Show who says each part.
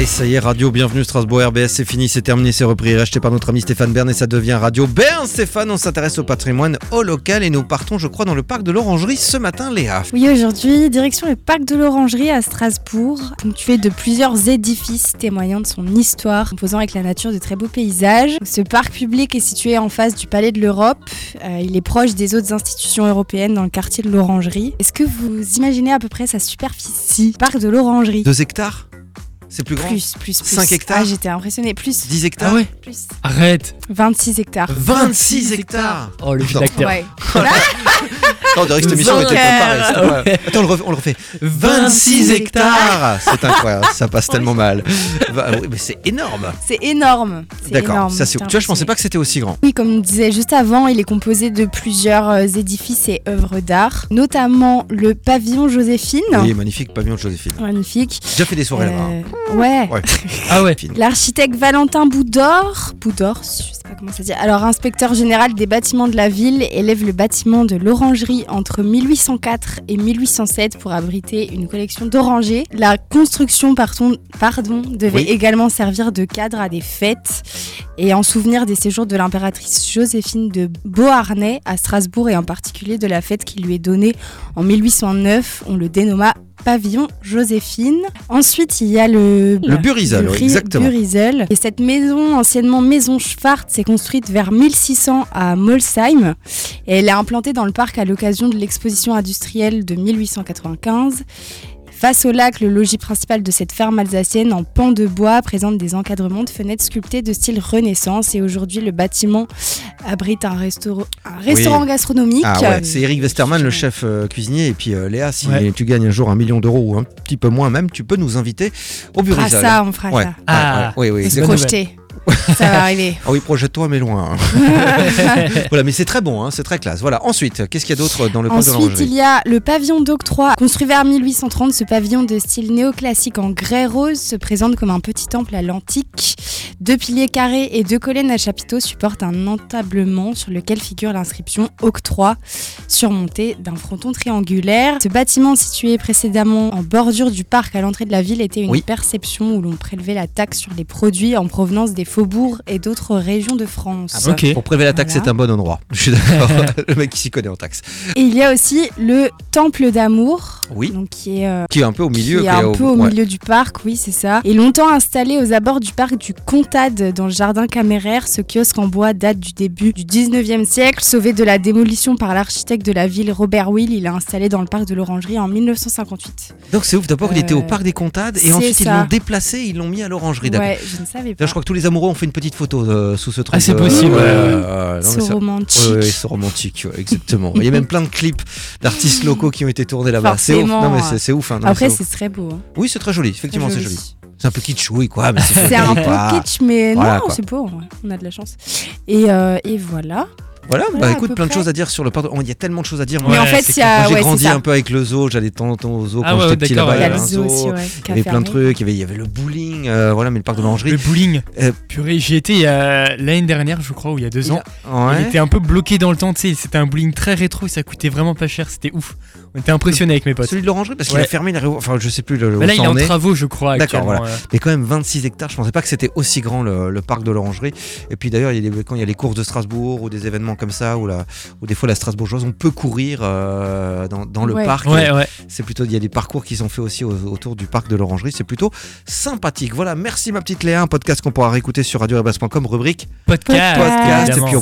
Speaker 1: Et ça y est, Radio Bienvenue Strasbourg RBS, c'est fini, c'est terminé, c'est repris, racheté par notre ami Stéphane Bern et ça devient Radio Bern. Stéphane, on s'intéresse au patrimoine au local et nous partons, je crois, dans le parc de l'Orangerie ce matin, Léa.
Speaker 2: Oui, aujourd'hui, direction le parc de l'Orangerie à Strasbourg, ponctué de plusieurs édifices témoignant de son histoire, composant avec la nature de très beaux paysages. Ce parc public est situé en face du Palais de l'Europe. Euh, il est proche des autres institutions européennes dans le quartier de l'Orangerie. Est-ce que vous imaginez à peu près sa superficie Parc de l'Orangerie.
Speaker 1: Deux hectares C'est plus grand
Speaker 2: Plus, plus, plus.
Speaker 1: Cinq hectares
Speaker 2: Ah, j'étais impressionnée. Plus,
Speaker 1: 10 hectares
Speaker 3: Ah ouais
Speaker 2: plus.
Speaker 3: Arrête
Speaker 2: 26 hectares.
Speaker 1: 26 hectares
Speaker 3: Oh le jeu
Speaker 1: Non.
Speaker 3: d'acteur
Speaker 2: Ouais.
Speaker 1: Attends, Ah, on dirait que cette émission
Speaker 3: Vingt
Speaker 1: était préparée, c'est
Speaker 3: hectares.
Speaker 1: incroyable. Attends, on le refait. on le refait. 26
Speaker 2: 26
Speaker 1: hectares C'est incroyable, ça passe tellement mal. Va- oui, mais c'est énorme
Speaker 2: C'est énorme. C'est
Speaker 1: D'accord,
Speaker 2: énorme.
Speaker 1: ça c'est.
Speaker 2: J'étais
Speaker 1: Tu vois, je pensais
Speaker 2: impressionnée.
Speaker 1: pas que c'était aussi grand.
Speaker 2: Oui, comme on disait juste avant, il est composé de plusieurs euh, édifices et œuvres d'art, notamment le pavillon Joséphine.
Speaker 1: Oui, magnifique pavillon de Joséphine.
Speaker 2: Magnifique.
Speaker 1: J'ai déjà fait des soirées là-bas. hein.
Speaker 2: Euh, ouais.
Speaker 1: Ouais.
Speaker 3: Ah ouais
Speaker 2: L'architecte Valentin Boudor, Boudor, je sais pas comment ça se dit. Alors, inspecteur général des bâtiments de la ville, élève le bâtiment de l'orangerie entre 1804 et 1807 pour abriter une collection d'orangers. La construction, pardon, pardon devait
Speaker 1: Oui.
Speaker 2: également servir de cadre à des fêtes et en souvenir des séjours de l'impératrice Joséphine de Beauharnais à Strasbourg et en particulier de la fête qui lui est donnée en 1809. On le dénomma pavillon Joséphine. Ensuite, il y a le
Speaker 1: Le Burizel, oui,
Speaker 2: Buri-
Speaker 1: exactement.
Speaker 2: Burizel. Et cette maison, anciennement maison Schwartz, est construite vers 1600 à Molsheim. Et elle est implantée dans le parc à l'occasion de l'exposition industrielle de 1895. Face au lac, le logis principal de cette ferme alsacienne en pan de bois présente des encadrements de fenêtres sculptées de style Renaissance. Et aujourd'hui, le bâtiment abrite un, restaurant- un restaurant gastronomique.
Speaker 1: Ah ouais, c'est Eric Westerman, le chef euh, cuisinier. Et puis euh, Léa, si
Speaker 3: Ouais.
Speaker 1: tu gagnes un jour un million d'euros ou un petit peu moins même, tu peux nous inviter au
Speaker 2: On
Speaker 1: bureau.
Speaker 2: fera Ah, ça, on fera
Speaker 1: Ouais.
Speaker 2: ça.
Speaker 3: Ah.
Speaker 1: ouais, oui, oui.
Speaker 3: C'est
Speaker 1: exactement.
Speaker 3: bonne
Speaker 2: Projeté. ça va arriver.
Speaker 1: Ah oui, projette-toi, mais loin. voilà, mais c'est très bon, hein, c'est très classe. Voilà. Ensuite, qu'est-ce qu'il y a d'autre dans le parc de
Speaker 2: Ensuite, il
Speaker 1: l'Orangerie
Speaker 2: y a le pavillon d'octroi. Construit vers 1830, ce pavillon de style néoclassique en grès rose se présente comme un petit temple à l'antique. Deux piliers carrés et deux colonnes à chapiteaux supportent un entablement sur lequel figure l'inscription octroi, surmontée d'un fronton triangulaire. Ce bâtiment, situé précédemment en bordure du parc à l'entrée de la ville, était une
Speaker 1: Oui.
Speaker 2: perception où l'on prélevait la taxe sur les produits en provenance des faubourgs et d'autres régions de France.
Speaker 1: Ah,
Speaker 3: bon Ok.
Speaker 1: Pour prélever la taxe,
Speaker 2: Voilà.
Speaker 1: c'est un bon endroit. Je suis d'accord. le mec qui s'y connaît en taxe.
Speaker 2: Et il y a aussi le temple d'amour,
Speaker 1: Oui.
Speaker 2: donc qui est euh,
Speaker 1: Qui est un peu au milieu.
Speaker 2: qui est un peu au
Speaker 1: ouais.
Speaker 2: milieu du parc, oui, c'est ça. Et longtemps installé aux abords du parc du Comtade, dans le jardin caméraire, ce kiosque en bois date du début du 19e siècle. Sauvé de la démolition par l'architecte de la ville Robert Will, il l'a installé dans le parc de l'Orangerie en 1958.
Speaker 1: Donc c'est ouf. D'abord, il était au
Speaker 2: Euh,
Speaker 1: parc des Comtades et
Speaker 2: c'est
Speaker 1: ensuite ils
Speaker 2: ça.
Speaker 1: l'ont déplacé, ils l'ont mis à l'Orangerie. d'accord.
Speaker 2: Ouais, je ne savais
Speaker 1: D'ailleurs,
Speaker 2: pas.
Speaker 1: je crois que tous les amoureux ont fait une petite photo euh, sous ce truc.
Speaker 3: Ah, c'est
Speaker 1: euh,
Speaker 3: possible,
Speaker 1: ouais,
Speaker 3: ouais.
Speaker 1: euh, non, mais
Speaker 2: C'est
Speaker 1: ça-
Speaker 2: romantique.
Speaker 1: Oui, c'est romantique, ouais, exactement. Il y a même plein de clips d'artistes locaux qui ont été tournés là-bas. C'est ouf, non
Speaker 2: Forcément,
Speaker 1: mais
Speaker 2: ouais.
Speaker 1: c'est- c'est ouf. hein, non, mais
Speaker 2: Après,
Speaker 1: c'est ouf.
Speaker 2: c'est très beau. hein.
Speaker 1: oui, c'est très joli, effectivement, c'est
Speaker 2: Très
Speaker 1: joli. C'est un peu kitschouille, quoi. mais
Speaker 2: C'est un
Speaker 1: joli, Ah. quoi.
Speaker 2: peu kitsch, mais
Speaker 1: Voilà,
Speaker 2: non,
Speaker 1: quoi.
Speaker 2: c'est beau, ouais, on a de la chance. Et, euh, et voilà.
Speaker 1: Voilà, bah
Speaker 2: Voilà, à
Speaker 1: écoute,
Speaker 2: peu
Speaker 1: plein de
Speaker 2: près.
Speaker 1: choses à dire sur le parc. Oh, Il y a tellement de choses à dire.
Speaker 2: mais
Speaker 3: Ouais,
Speaker 1: Moi,
Speaker 2: en fait,
Speaker 3: c'est
Speaker 2: il y a.
Speaker 1: j'ai
Speaker 2: ouais, c'est
Speaker 1: grandi
Speaker 2: ça.
Speaker 1: un peu avec le zoo, j'allais tantôt au zoo quand
Speaker 3: Ah ouais,
Speaker 1: j'étais petit
Speaker 3: d'accord,
Speaker 1: là-bas.
Speaker 2: Il y a
Speaker 3: ouais,
Speaker 2: le zoo aussi, ouais.
Speaker 1: Il y avait
Speaker 2: qu'à
Speaker 1: plein de
Speaker 2: faire,
Speaker 1: trucs, il y avait, il y avait le bowling, euh, voilà, mais le parc de l'Orangerie.
Speaker 3: Le bowling.
Speaker 1: Euh,
Speaker 3: Purée, j'y étais il y a- l'année dernière, je crois, ou il y a deux
Speaker 1: Il a-
Speaker 3: ans. Il était un peu bloqué dans le temps, tu sais. C'était un bowling très rétro et ça coûtait vraiment pas cher. C'était ouf. On était impressionnés avec mes potes.
Speaker 1: Celui de l'Orangerie, parce qu'il
Speaker 3: Ouais.
Speaker 1: a fermé, il a réouvert- enfin, je sais plus le,
Speaker 3: Mais là,
Speaker 1: où
Speaker 3: il
Speaker 1: ça
Speaker 3: est en
Speaker 1: en est.
Speaker 3: travaux, je crois.
Speaker 1: D'accord,
Speaker 3: actuellement, euh.
Speaker 1: Mais quand même 26 hectares, je pensais pas que c'était aussi grand le, le parc de l'Orangerie. Et puis d'ailleurs, il y a des- quand il y a les courses de Strasbourg ou des événements comme ça, ou la, ou des fois la Strasbourgeoise, on peut courir euh, dans, dans le
Speaker 2: Ouais.
Speaker 1: parc.
Speaker 3: Ouais, ouais.
Speaker 1: C'est plutôt, il y a des parcours qui sont faits aussi au- autour du parc de l'Orangerie. C'est plutôt sympathique. Voilà, merci ma petite Léa, un podcast qu'on pourra réécouter sur radio rubrique
Speaker 3: Podcast.
Speaker 1: podcast. Et
Speaker 3: évidemment.
Speaker 1: puis on